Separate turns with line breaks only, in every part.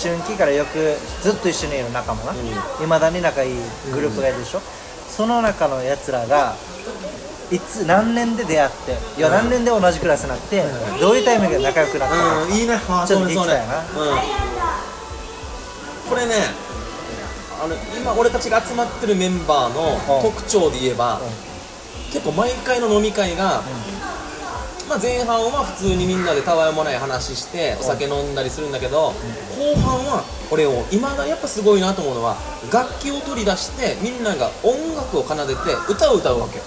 春期からよくずっと一緒にいる仲間な
う
いま、未だに仲いいグループがいるでしょ、その中のやつらがいつ何年で出会っていや何年で同じクラスになって、どういうタイミングで仲良くなったのか、
うんいいねあー
ちょっと
そうねそ
聞き
うね
たいな
うんこれねあの今俺たちが集まってるメンバーの
うん
特徴で言えば、
うん
結構毎回の飲み会が、まあ、前半は普通にみんなでたわいもない話してお酒飲んだりするんだけど、後半は俺を今だやっぱすごいなと思うのは楽器を取り出してみんなが音楽を奏でて歌を歌うわけよ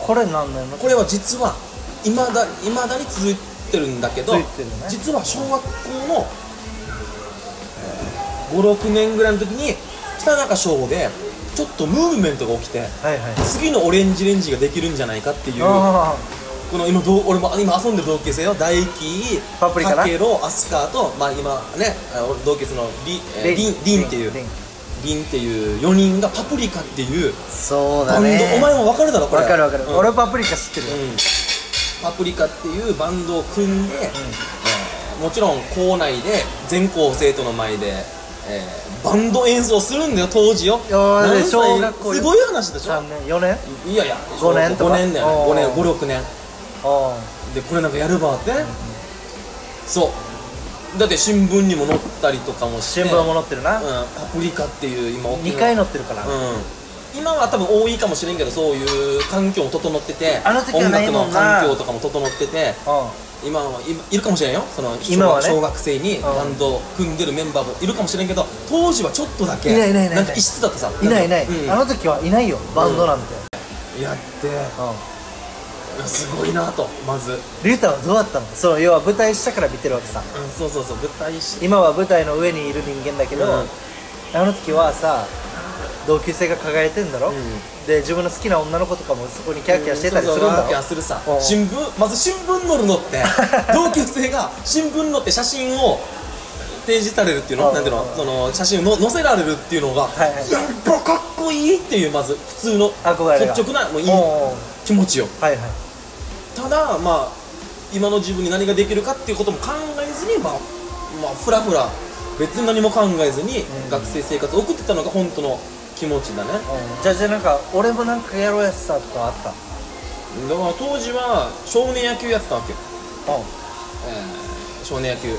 これ何年の
これは実は未だ未だに続いてるんだけど、
続いてるね
実は小学校の56年ぐらいの時に北中小でちょっとムーブメントが起きて
はいはい
次のオレンジレンジができるんじゃないかっていうこ
あ
の今どう俺も今遊んでる同級生よ大輝
パプリカな
タケロアスカーとまあ今ねあの同級生のリ
ー
えーリンリンっていう
リン
リンっていう4人がパプリカっていう
そう
バ
だ
ンド、
ね
お前も分かるだろこれ
わかるわかる、
うん
俺パプリカ知ってるよ、
うんパプリカっていうバンドを組んで、えーもちろん校内で全校生徒の前で、えーバンド演奏するんだよ当時よ
いやー
何
で
歳
小学校よ
すごい話でし
3
ょ
年4年
いやいや
五年とか
5年だよ
おー
ね5年56年
おう
でこれなんかやるばって、そうだって新聞にも載ったりとかもして
新聞も載ってるな、
うん、パプリカっていう今大き
二
な
2回載ってるから、
うん、今は多分多いかもしれんけどそういう環境も整ってて
あの時はないもん
音楽の
な
環境とかも整ってて
うん
今は今いるかもしれんよその
今はね
小小学生に
ん
バンド組んでるメンバーもいるかもしれんけど当時はちょっとだけ
いないいないいない
んか異質だったさ
いないいない、
うん
あの時はいないよバンドなんて、
やって
うん
すごいなとまず、うん、
リュウタはどうだったのその要は舞台下から見てるわけさ
そうそうそう舞台し
今は舞台の上にいる人間だけど、
うん
あの時はさ同級生が輝いてんだろ、
うん
で自分の好きな女の子とかもそこにキャーキャーしてたりするん
そうそう
だ
ワーキャー
ろ
するさ
うん
新聞まず新聞載るのって 同級生が新聞載って写真を提示されるっていう
う
の
ん
なんていう
う
の
ん
その写真をの載せられるっていうのが
はいはい
やっぱかっこいいっていうまず普通の
憧れが
率直なもういい
おうおう
気持ちよ
はいはい
ただまあ今の自分に何ができるかっていうことも考えずにまあまあふらふら別に何も考えずに
うん
学生生活を送ってたのが本当の気持ちだね
うんじゃあじゃあなんか俺もなんかやろうやつさとかあった
だから当時は少年野球やってたわけよ、
うんうん
えー少年野球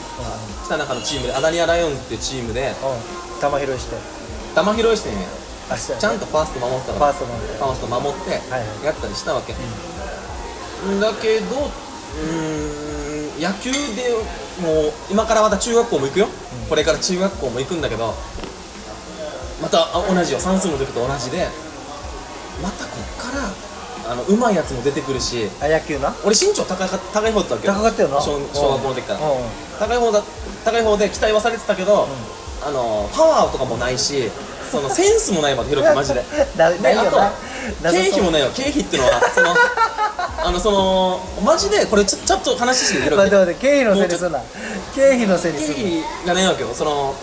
北中のチームでアダニアライオンズっていうチームで
玉拾いして
玉拾いしてね
明日
ちゃんとファースト守ってた
フ
の
ァー
フ
ストなんで
ァースト守って
はいはい
やったりしたわけ、だけどうーん野球でもう今からまた中学校も行くよ、これから中学校も行くんだけどまたあ同じよ算数の時と同じでまたこっからあの上手いやつも出てくるし
あ野球な
俺身長高いか高い方だったわけよ
高かったよな
小小学校の時から
うんうん
高い方だ高い方で期待はされてたけど、あのパワーとかもないしそのセンスもないまで広く マジで
な
で
ない
あ
よ
と
ななさ
経
そう
費もないよ経費っていうのはそのあのそのマジでこれちょちょっと話してみる
待って待って経費のせいにすんな経費のせいに
経
すんな
費がないわけよその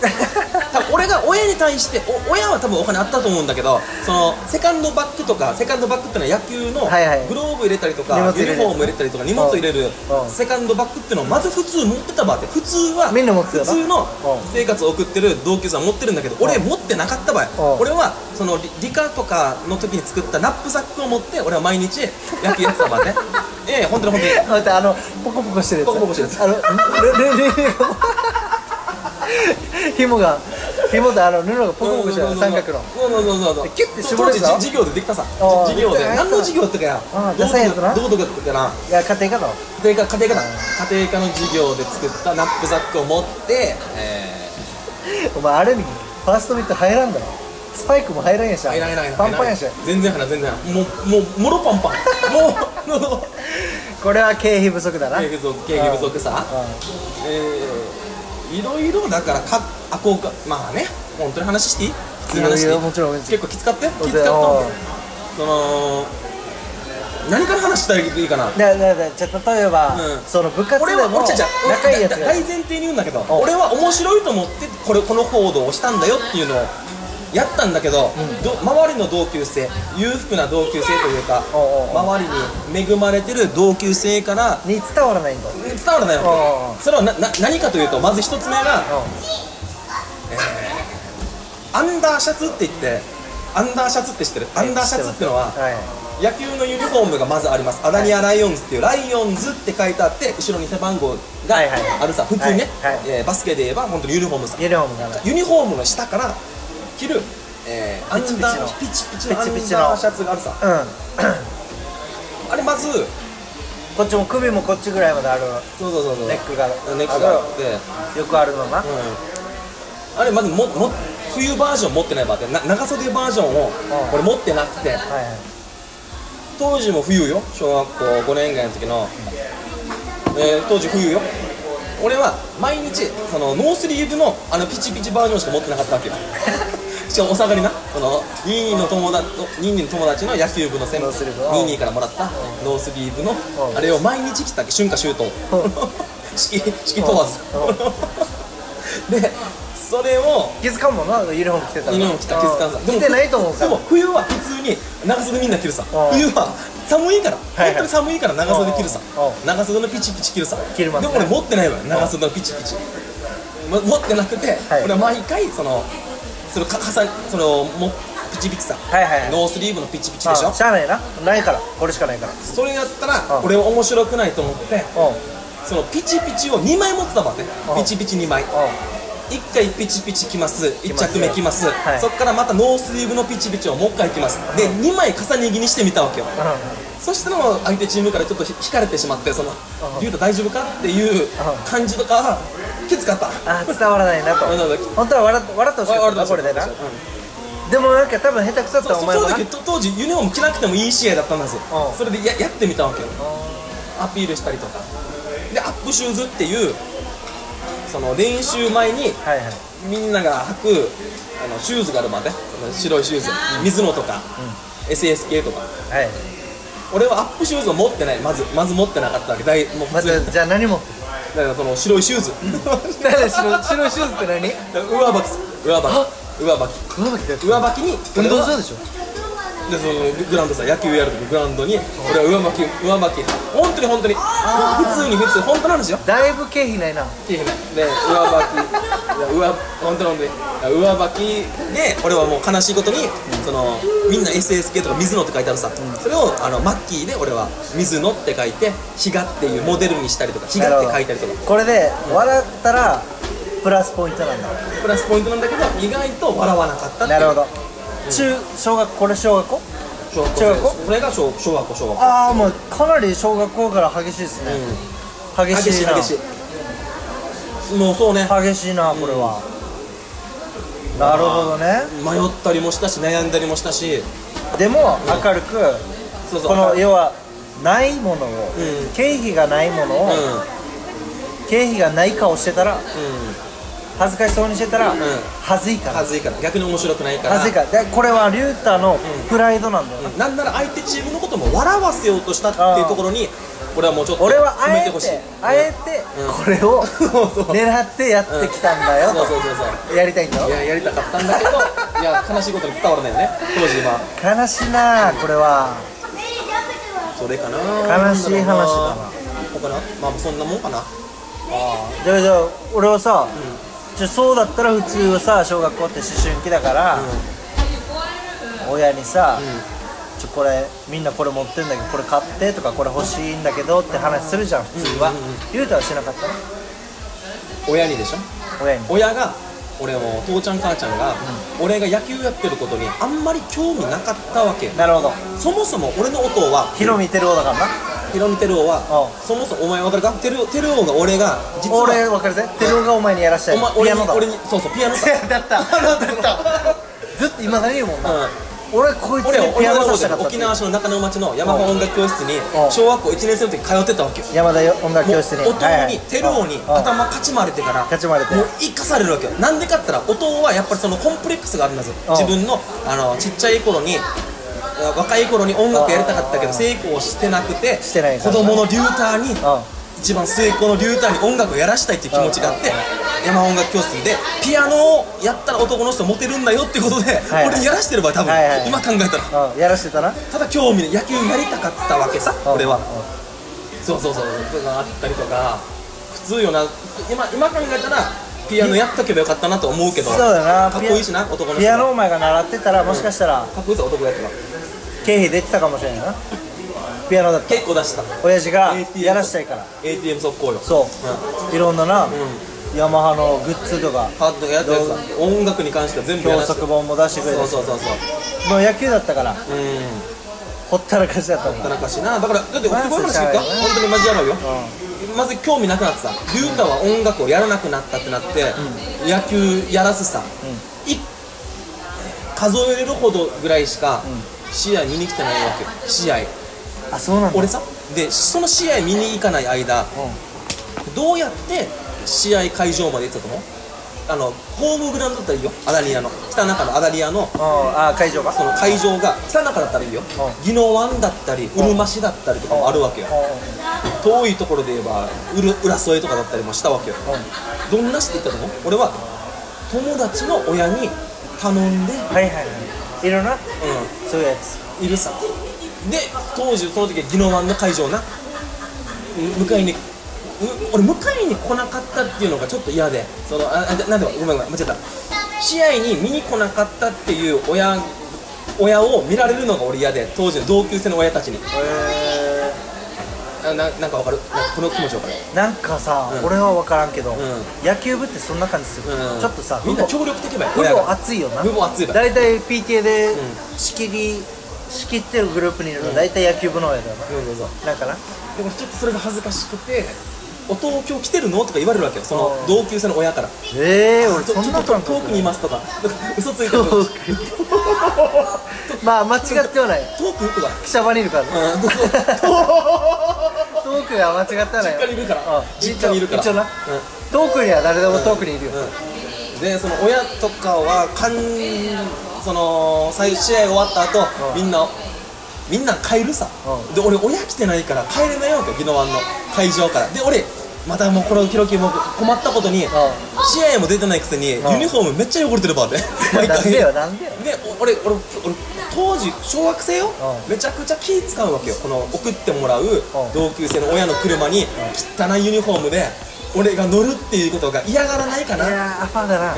多分俺が親に対してお親は多分お金あったと思うんだけどそのセカンドバッグとかセカンドバッグってのは野球の
はいはい
グローブ入れたりとか、
荷物入れる
ユニ
やつ
フォーム入れたりとか荷物入れる
うん
セカンドバッグってのをまず普通持ってたばって普通は
みんな持つよな
普通の
うん
生活を送ってる同級生は持ってるんだけど俺持ってなかったばい
うん
俺はその理理科とかの時に作ったナップサックを持って俺は 毎日野球やってたばね いやいや本当に本当に
待ってあのポコポコしてるやつ
ポコポコしてるやつ
あのルルルル紐が紐とあの布がポコポコしてる三角の
そうそうそうそう
でキュッて絞れるぞ
当時じ授業でできたさ
あー
授業
で
で
きた
何の授業だったかや
あー
どう
ダサいやつな
どことかだったかない
や家庭科の
家庭科家庭科だ家庭科の授業で作ったナップザックを持ってえ
お前あれにファーストミット入らんだろスパイクも入らんやし
ー入らない入らない
パンパンやし
全然入らない全然入らないもうもうもろパンパ ンもう
これは経費不足だな
経費不足経費不足さ
う
えーいろいろだからか憧れまあね本当に話していい普通
んいや
の話
い
してい
や
い
もちろんもちろ
結構きつかったよき
ん
つかった
う
もん
ん
その何から話したらいいかな
だだだじゃあ例えば、
うん
その部活
俺
で
は
も
俺じゃ
仲いいやつが
大前提に言うんだけど
お
俺は面白いと思ってこれこの行動をしたんだよっていうのをやったんだけど、
ん
ど周りの同級生裕福な同級生というか
おうおうおう
周りに恵まれてる同級生から
に伝わらないんだ
伝わらない
おうおう
わけそれはなな何かというとまず一つ目が
う
アンダーシャツって言ってアンダーシャツって知ってるアンダーシャツってのは
はい
野球のユニフォームがまずありますアダニアライオンズっていうライオンズって書いてあって後ろに背番号が
はいはい
あるさ普通ね
はいはい
えーバスケで言えば本当にユニフォームさ
ユニフォームがない
ユニフォームの下から着る、えー、アンダー
ピ
ピチピチ
の
のアン
ピチピチの
ダーシャツがあるさ
うん
あれまず
こっちも首もこっちぐらいまである
そうそうそうそう
ネックが
ネックがあって、
よくあるのな
うん、あれまずもも冬バージョン持ってない場合ってな長袖バージョンを俺持ってなくて
はいはい
当時も冬よ小学校5年ぐらいの時の、えー当時冬よ俺は毎日そのノースリーブのあのピチピチバージョンしか持ってなかったわ けよしかもお下がりなこのニーニーの友達ニーニーの友達の野球部の先輩
ノースリーブ
ニーニーからもらったノースリーブの
うん
あれを毎日着てたっけ春夏秋冬
うん
四季四季問わず でそれを
気づかんもんなユニフォーム着てたら
犬も来た気づかんさ
うん着てないと思うか
で
ら
も冬は普通に長袖みんな着るさ
ん
冬は寒いから
いはい
本当に寒いから長袖着るさ
う
長袖のピチピチ着るさ
着れます
で
ね
も俺持ってないわよ長袖のピチピチも持ってなくて
はい
俺は毎回そのそのか重ねそのもピチピチさ
はいはいはい
ノースリーブのピチピチでし
う
ょ
んしゃあないなないからこれしかないから
それやった
う
ら
ん
俺は面白くないと思って
うんうん
そのピチピチを2枚持ってたもんね
うん
ピチピチ2枚一回ピチピチきます一
ます
着目きます、
はい
そっからまたノースリーブのピチピチをもう一回きますで2枚重ね着にしてみたわけよそしたらもう相手チームからちょっと引かれてしまってその
う
「
ん
龍太大丈夫か?」っていう感じとかきつかった
あー伝わらないなと
わらない
本当は笑っ笑ってほしかったなこれでなでもなんか多分下手くそだった
そ
らお前
そ
も
の
な
時と当時ユニフォーム着なくてもいい試合だったんですよ
うん
それでややってみたわけよアピールしたりとかでアップシューズっていうその練習前に
はいはい
みんなが履くあのシューズがあるまで白いシューズ水野とか、SSK とか
はい
俺はアップシューズを持ってないまずまず持ってなかったわけだいもう
ま
普通に
たじゃあ何も
だからその白いシューズ
何で白白いシューズって何
上履きです上履き上履
桑原来たや
き上履きに
運動する
俺は
でしょ
でそのグラウンドさ野球やるときグラウンドに俺は上履き上履き本当に本当に普通に普通本当なんですよ
だいぶ経費ないな
っていうねで上履きいや上本当なんでいや上履きで俺はもう悲しいことに、そのみんな SSK とか水野って書いてあるさ、それをあのマッキーで俺は水野って書いて比嘉っていうモデルにしたりとか比嘉って書いたりとか
これで笑ったらプラスポイントなんだ
プラスポイントなんだけど意外と笑わなかったってい
な
う
るほど中小学これ小学校
小学校
小学校
これが小小学校小学校
ああもうかなり小学校から激しいですね
うん
激
激
し
し
い
い
な
激しいもうそうね
激しいなこれはなるほどね
迷ったりもしたし悩んだりもしたし
でも明るく
そうそう
この要はないものを
うん
経費がないものを
うんうん
経費がない顔してたら恥ずかしそうにしてたら
ん
恥ずいから
はずいから逆に面白くないから
恥ずいからでこれはリュウタのプライドなんだよな
なんなら相手チームのことも笑わせようとしたっていうところに俺はもうちょっと
俺は
褒
あえ
めて
て
ほしい
あえて
うん
これを
そうそう
狙ってやってきたんだよ
そうそうそう
とやりたいんだ
そうい
よ
ややりたかったんだけどいや悲しいことに伝わらないよね当時は
悲しいなこれは
それかな
悲しい話だな
他なまあそんなもんかな
じゃあじゃあ俺はさ、じゃあそうだったら普通はさ小学校って思春期だから、親にさ、ちょこれみんなこれ持ってんだけどこれ買ってとかこれ欲しいんだけどって話するじゃん普通は、
うんうんうん
ゆうたはしなかったの
親にでしょ
親に
親が俺も父ちゃん母ちゃんが、俺が野球やってることにあんまり興味なかったわけ
なるほど
そもそも俺のお父は
ヒロミテルオだからな
ヒロミテルオは
う
そもそもお前分かるかテルオテルオが俺が実は
俺分かるぜテルオがお前にやらしたい
お前
ピ
俺
ア
に
ノだ
俺にそうそうピアノさ
だった
だった
ずっと今だに言うもんな、
うん
俺こいつ
俺
に
は
ピアノ
俺
さ
は
せたかったって
沖縄市の中野町の山本音楽教室に
うん
小学校1年生の時通ってたわけよ
山田よ音楽
もう
教
お
室に
父にテルオに
うん
頭かちまれてから
かちまれて
もう生かされるわけよなんでかって言ったらお父はやっぱりそのコンプレックスがあるんですよ
うん
自分のあのちっちゃい頃にあ若い頃に音楽やりたかったけ
うん
ど成功してなくて
してないか
子
ら
供のリューターに
うん
一番末っ子のリューターに音楽をやらしたいっていう気持ちがあって山音楽教室でピアノをやったら男の人モテるんだよっていうことで
いはい
俺にやらしてれば多分
はいはい
今考えたら
うんやらしてたな
ただ興味の野球やりたかったわけさ
うん
俺は
うん
そうそうそうそういうのがあったりとか普通よな今今考えたらピアノやっとけばよかったなと思うけど
そうだな
かっこいいしな男の人が
ピアノお前が習ってたらもしかしたら
かっこいいぞ男やってた
経費出てたかもしれないなピアノだって
結構出した
親父が
ATM
やらしたいから
ATM 速攻よ
そういろんななヤマハのグッズとか
ハードやったやつだ音楽に関しては全部や
教
らせて
則本も出してくれ
そう
て
そうそうそう
もう野球だったから
うん
ほったらかしだったん
田
だ
中氏なだからだってすごい話聞くか
マジで
本当にマジやばいよまず興味なくなってさ龍太は音楽をやらなくなったってなって、野球やらずさ、い数えれるほどぐらいしか試合見に来てないわけよ試合
あそうなんだ
俺さでその試合見に行かない間どうやって試合会場まで行ってたと思うあのホームグラウンドだったらいいよアダリアの北中のアダリアの
うんあ会場が
その会場が北中だったらいいよ
う
宜野湾だったりうるま市だったりとかもあるわけよ遠いところで言えばうる浦添とかだったりもしたわけよ
は
どんなして行ったと思う俺は友達の親に頼んで、
いはいはいいろんなそういうやつ
うん、いるさで当時その時は宜野湾の会場なうん迎えにう俺迎えに来なかったっていうのがちょっと嫌でそのああななんでごめんごめん間違った試合に見に来なかったっていう親親を見られるのが俺嫌で当時の同級生の親たちに
え
あななんかわかるなんかこの気持ちわかる
ーなんかさ
うん
俺は分からんけど
ん
野球部ってそんな感じする
うん
ちょっとさ
みんな
父母
協力的ばい
父
親
母
が
熱いよな
父母熱いば
大
い
体 PTA で
ん
仕切り仕切ってるグループにいるの大体野球部の親だよな
そうそうそう
なんかな
でもちょっとそれが恥ずかしくて「お東京来てるの?」とか言われるわけよそ
あ
の
ー
同級生の親から
ええ
「
俺
ちょ
そ
ち
ん
ょ
な
っと
感覚
遠くにいます」とか「嘘ついてる」
遠くまあ間違ってはない
遠くとか
記者場にいるからね
うんそう
遠くには間違ってはない
実家にいるから
うん
実家にいるから
一応な
うん
遠くには誰でも遠くにいるよ
うんでその親とかはかんその最試合終わった後
うん
みんなみんな帰るさ
う
で俺親来てないから帰れないわけよ宜野湾の会場からで俺またもうこの記録も困ったことに試合も出てないくせにユニ
うん
フォームめっちゃ汚れてる バーで毎
なん
回
でよなんでよ
でお俺俺俺当時小学生よ、
う
めちゃくちゃ気使うわけよこの送ってもらう同級生の親の車に汚いユニフォームで俺が乗るっていうことが嫌がらないか
い
な、うん、
やーアファーだな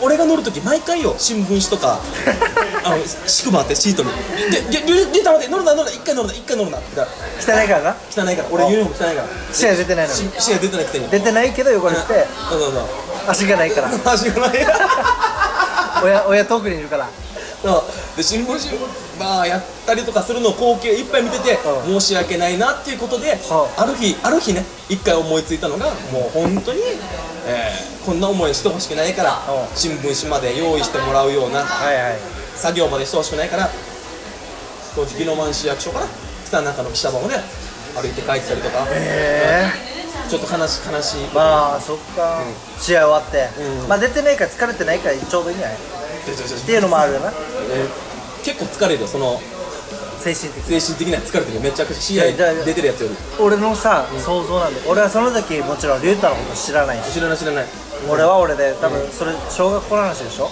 俺が乗るとき毎回よ新聞紙と かあのしくばってシートに「ででででたまって乗るな乗るな一回乗るな一回乗るな」って言っ
汚いからな
たら汚いから俺ユニフォーム汚いから
試合出てないの
し
に
試合出てないくせに
出てないけど汚れてて
そうそうそう
足がないから
話がない
親親遠くにいるから
そうで新聞紙まあやったりとかするのを光景いっぱい見てて、
う
申し訳ないなっていうことで、
ん
ある日ある日ね一回思いついたのがもう本当に、えーこんな思いしてほしくないから、
うん
新聞紙まで用意してもらうような
はいはい
作業までしてほしくないから当時宜野湾市役所から北中の記者場まで歩いて帰ったりとか、
ええ
ちょっと悲しい悲しい、
まあそっか試合終わって
うん
まあ出てないから疲れてないからちょうどいいんじゃないっ
ちょちょちょ
ていうのもあるよな
えー結構疲れるよその
精神的に
精神的には疲れてるよめちゃくちゃ試合
じゃあじゃあ
出てるやつより
俺のさ想像なんで俺はその時もちろん龍太のこと知らないし
知らない知らない
俺は俺で多分それ小学校の話でしょ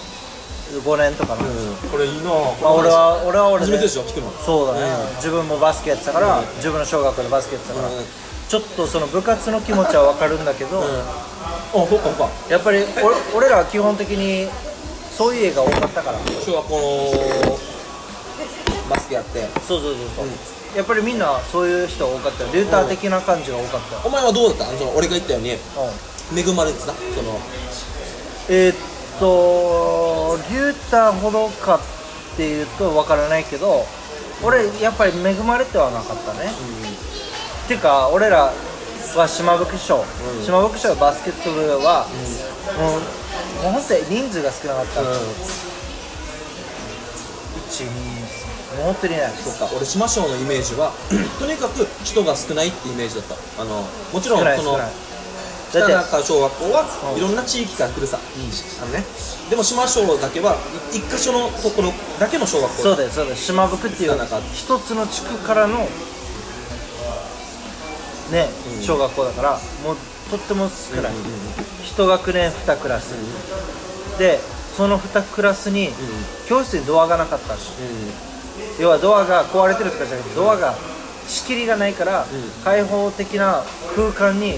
5年とかのま
これいいな
あ俺は俺は俺
初め
で
てでしょ聞くの
そうだね自分もバスケやってたから自分の小学校でバスケやってたから
うん
ちょっとその部活の気持ちは分かるんだけど
あそっかそっか
やっぱり俺俺らは基本的にそういう映画多かったから
小学校のバスケやって
そうそうそうそう、やっぱりみんなそういう人多かったよルーター的な感じが多かったよ、
お前はどうだったその俺が言ったように
うん
恵まれてたその
えーっとリューターほどかっていうとわからないけど俺やっぱり恵まれてはなかったね、てか俺らは島吹賞、島吹賞バスケット部は、もうもう本当に人数が少なかった、1 2もう本当にない
そっか俺島賞のイメージは とにかく人が少ないってイメージだったあのもちろん
少ない
そ
少
の
ない
北
だって
中小学校
う
は
ん
いろんな地域から来るさあのねでも島賞だけはい一箇所のところだけの小学校
そうだよそうだよ島袋っていう
北中
一つの地区からのね
うん
小学校だからもうとっても少ない、
うんうんうん
一学年二クラス、でその二クラスに、教室にドアがなかったし要はドアが壊れてるとかじゃなくてドアが仕切りがないから、開放的な空間に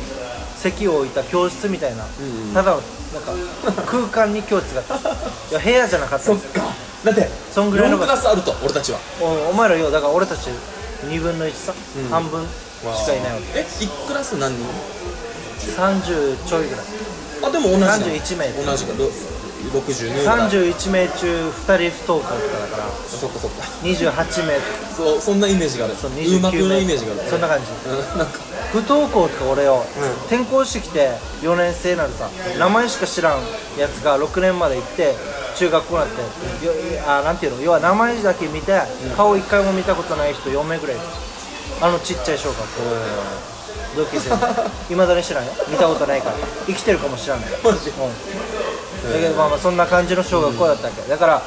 席を置いた教室みたいな、
んうん
ただのなんか空間に教室が あったいや部屋じゃなかった
そ
ん
っ
ですよ
かだって
そんぐらいの
4クラスあると俺たちは
おお前らようだから俺たち2分の1さ、
うん
半分しかいないわけ
え1クラス何人
30ちょいぐらい
あでも同じだ
31名
同じかろ60名ぐらい
31名中2人不登校とかだから
そっかそっか
28名とか
そうそんなイメージがある
そう
うまく
29
の
名
イメージがある
そんな感じ
うんなんか
不登校とか俺よ、
う
転校してきて4年生になるさ名前しか知らんやつが6年まで行って中学校になってよあなんていうの要は名前だけ見て、顔1回も見たことない人4名ぐらいいるあのちっちゃい小学校同級生いまだに知らんよ見たことないから生きてるかもしらんよ
マジ
うん、だけどまあまあそんな感じの小学校だったわけ、だから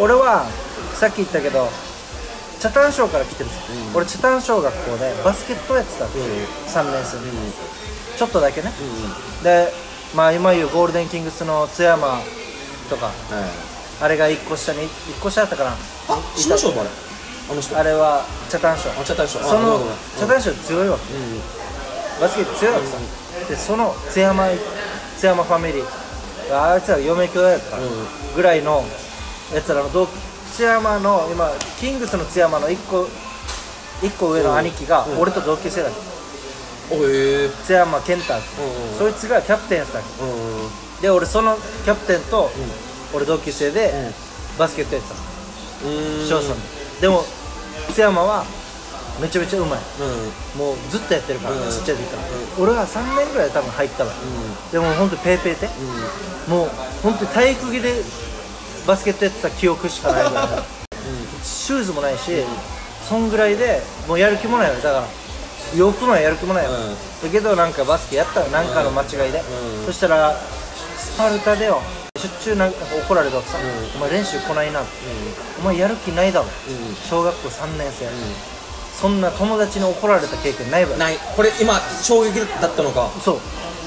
俺はさっき言ったけど北谷小から来てるんですよ、俺北谷小学校でバスケットやってたんですよ、
うん
3年生で、ちょっとだけね、
うんうん
でまあ今言うゴールデンキングスの津山とか
はい
あれが1個下に1個下だったかな
あしましょうあれあの人
あれは北谷小
あ茶大将あ
そ
ごめん
の
ごめん
北谷小強いわけ
うんうん
バスケ強いわけさ、でその津山津山ファミリーあいつら嫁兄弟だったから
うん
ぐらいのやつらの同津山の今キングスの津山の1個一個上の兄貴が
うん
俺と同級生だっけ、
おへえ
津山健太って、
うんうん
そいつがキャプテンやってたっ
うんうんうん
けで俺そのキャプテンと俺同級生で
うん
バスケットやってたの
う
翔さんでも津山はめちゃめちゃうまい
うん
もうずっとやってるから、
うん
ちっちゃい時から、俺は3年ぐらいで多分入ったわ、
う
でも本当ペーペーで
んうん
もう本当に体育着でバスケットやってた記憶しかないぐらいシューズもないし、そんぐらいでもうやる気もないわけだから洋服もやる気もないわ
うん
け、だけどなんかバスケやったらなんかの間違いで、
うん
そしたらスパルタでよしょっちゅうなんか怒られたわけさ、
う
お前練習来ないな、お前やる気ないだろ
うん
小学校3年生、そんな友達に怒られた経験ないわよ
ないこれ今衝撃だったのか
そう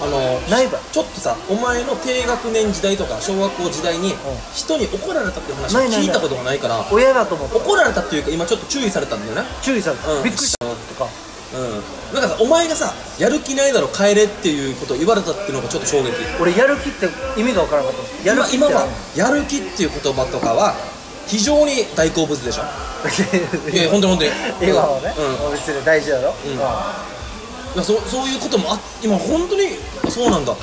あの
ないわ
ちょっとさお前の低学年時代とか小学校時代に人に怒られたって話を
ないないない
聞いたことがないから
親だと思って
怒られたっていうか今ちょっと注意されたんだよね
注意されて、
うん
びっくりしたとか
うんなんかさお前がさやる気ないだろ帰れっていうことを言われたっていうのがちょっと衝撃
俺やる気って意味が分からなかったやる気って
今今は
何
やる気っていう言葉とかは非常に大好物でしょいやいや本当に本当に
今はね、
うん
別に大事だろ、
ん
うん
いやそそういうこともあ今本当にそうなんだ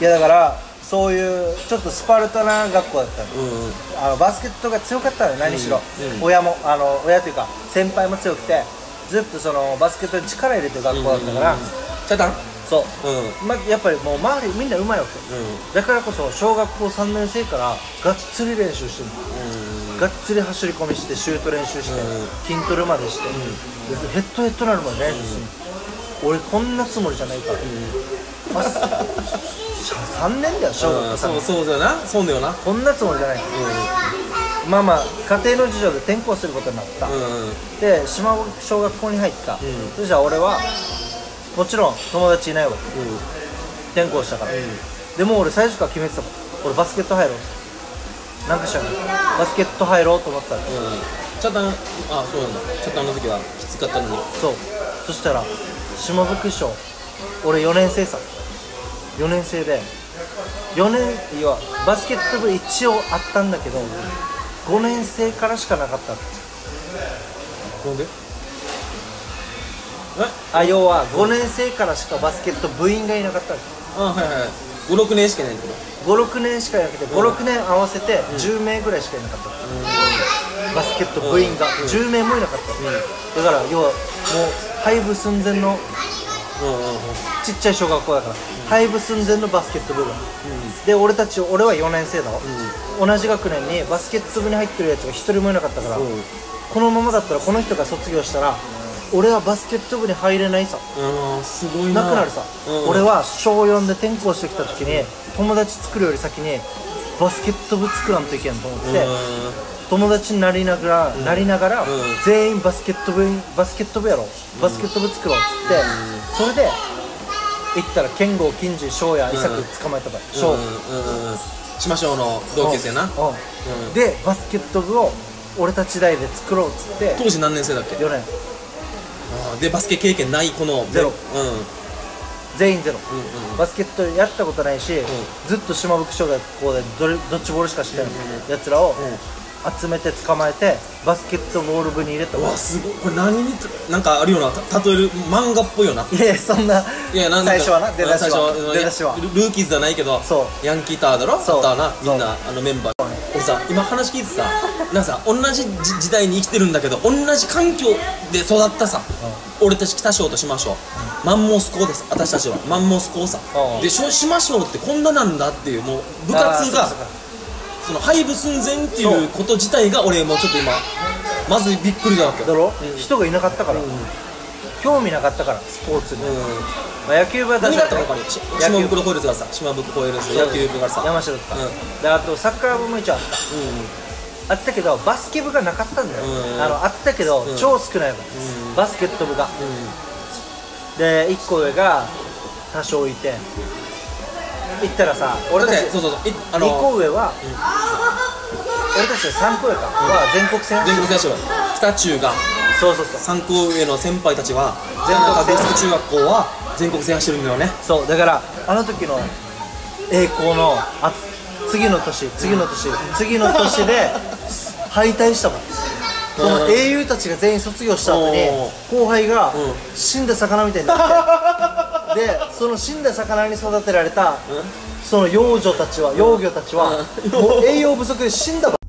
いやだからそういうちょっとスパルタな学校だったの
うんうん
あのバスケットが強かったのよ何しろ、
うんうん
親もあの親というか先輩も強くてずっとそのバスケットに力入れてる学校だったから、
うんチャタン
そう
うんうん
ま、やっぱりもう周りみんなうまいわけだからこそ小学校3年生からがっつり練習してるのがっつり走り込みしてシュート練習して、
う
筋トレまでして、でヘッドヘッドなるまで練習する、俺こんなつもりじゃないから、あす3年だよ小学
う
校3
んそう
年
そうだよなそうだよな
こんなつもりじゃないまあまあ家庭の事情で転校することになった、
うんうん
で島小学校に入った、
ん
そしたら俺はもちろん友達いないわ
うん
転校したから、でも俺最初から決めてたもん俺バスケット入ろうなんかしらんけどバスケット入ろうと思ってたの
うんチャタンあそうなんだチャタンの時はきつかったのに
そうそしたら下吹賞俺4年生さ4年生で4年いやバスケット部一応あったんだけど5年生からしかなかったの
なんでえ
あ要は5年生からしかバスケット部員がいなかった
あはいはい56年しかいないけど
56年しかいなくて56年合わせて10名ぐらいしかいなかった、バスケット部員が10名もいなかった、だから要はもう廃部寸前の
うんうんうん
ちっちゃい小学校だから、廃部寸前のバスケット部が、で俺たち俺は4年生だろ、同じ学年にバスケット部に入ってるやつが1人もいなかったから、
うん
このままだったらこの人が卒業したら俺はバスケット部に入れないさ
うんすごい
な
な
くなるさ、
うん
俺は小4で転校してきた時に友達作るより先にバスケット部作らんといけんと思っ
うん
て、友達になりながら、なりながら、
ん
全員バスケット部バスケット部やろバスケット部作ろうっつって、それで行ったら剣豪金次翔也伊作捕まえたば
うん
翔、
うんうんしましょうの同級生な
うん
うん
でバスケット部を俺たち代で作ろうっつって
当時何年生だっけ
4年
あーでバスケ経験ないこの
ゼロ
うん
全員ゼロ、
うんうん
バスケットやったことないし、ずっと島袋小学校でどれドッジボールしかしてないやつらを集めて捕まえてバスケットボール部に入れた
うわすごいこれ何になんかあるようなた例える漫画っぽいよない
やいやそんない
やなんか
最初はな出だし
最初
は出だしは
ルルーキーズじゃないけど
そ
ヤンキーターだろ
そう
ターな
そう
みんなあのメンバー俺さ今話聞いてさなんかさ同じ時時代に生きてるんだけど同じ環境で育ったさ、俺たち北小と島小、マンモス校です私たちはマンモス校さ、
うん
でしょ島小ってこんななんだっていうもう部活
あー
が
そうか
その廃部寸前って
そ
いううこと自体が俺もうちょっと今まずびっくりだわけ
だ
よ
ろ、人がいなかったから、
ん
興味なかったからスポーツに、
うん
まあ、野球部は
何
確
があっ
か
たの
に
他にし
野球
島袋ホイールズがさ島袋ホイールズ野球部がさ
山城とか、
うん
であとサッカー部も一応あっ
うんうん
たあったけどバスケ部がなかったんだよ、
うん
あのあったけど、
うん
超少ないの、
ん
バスケット部が
う
で1個上が多少いて行ったらさ俺
俺
た
ね
ち、
そうそうそう、いあ
2
の
個上は、俺たちの3個上か、は全国選手
全国選手は北中が
そうそうそう
三校上の先輩たちは
全
全
国
国
制覇
中学中学校は全国制覇してるんだよね。
そうだからあの時の栄光のあ次の年次の年次の年で敗退したもんこの英雄たちが全員卒業した後に
おー
後輩が
うん
死んだ魚みたいにな ってでその死んだ魚に育てられたその幼女たちは幼魚たちは
うん
もう栄養不足で死んだわ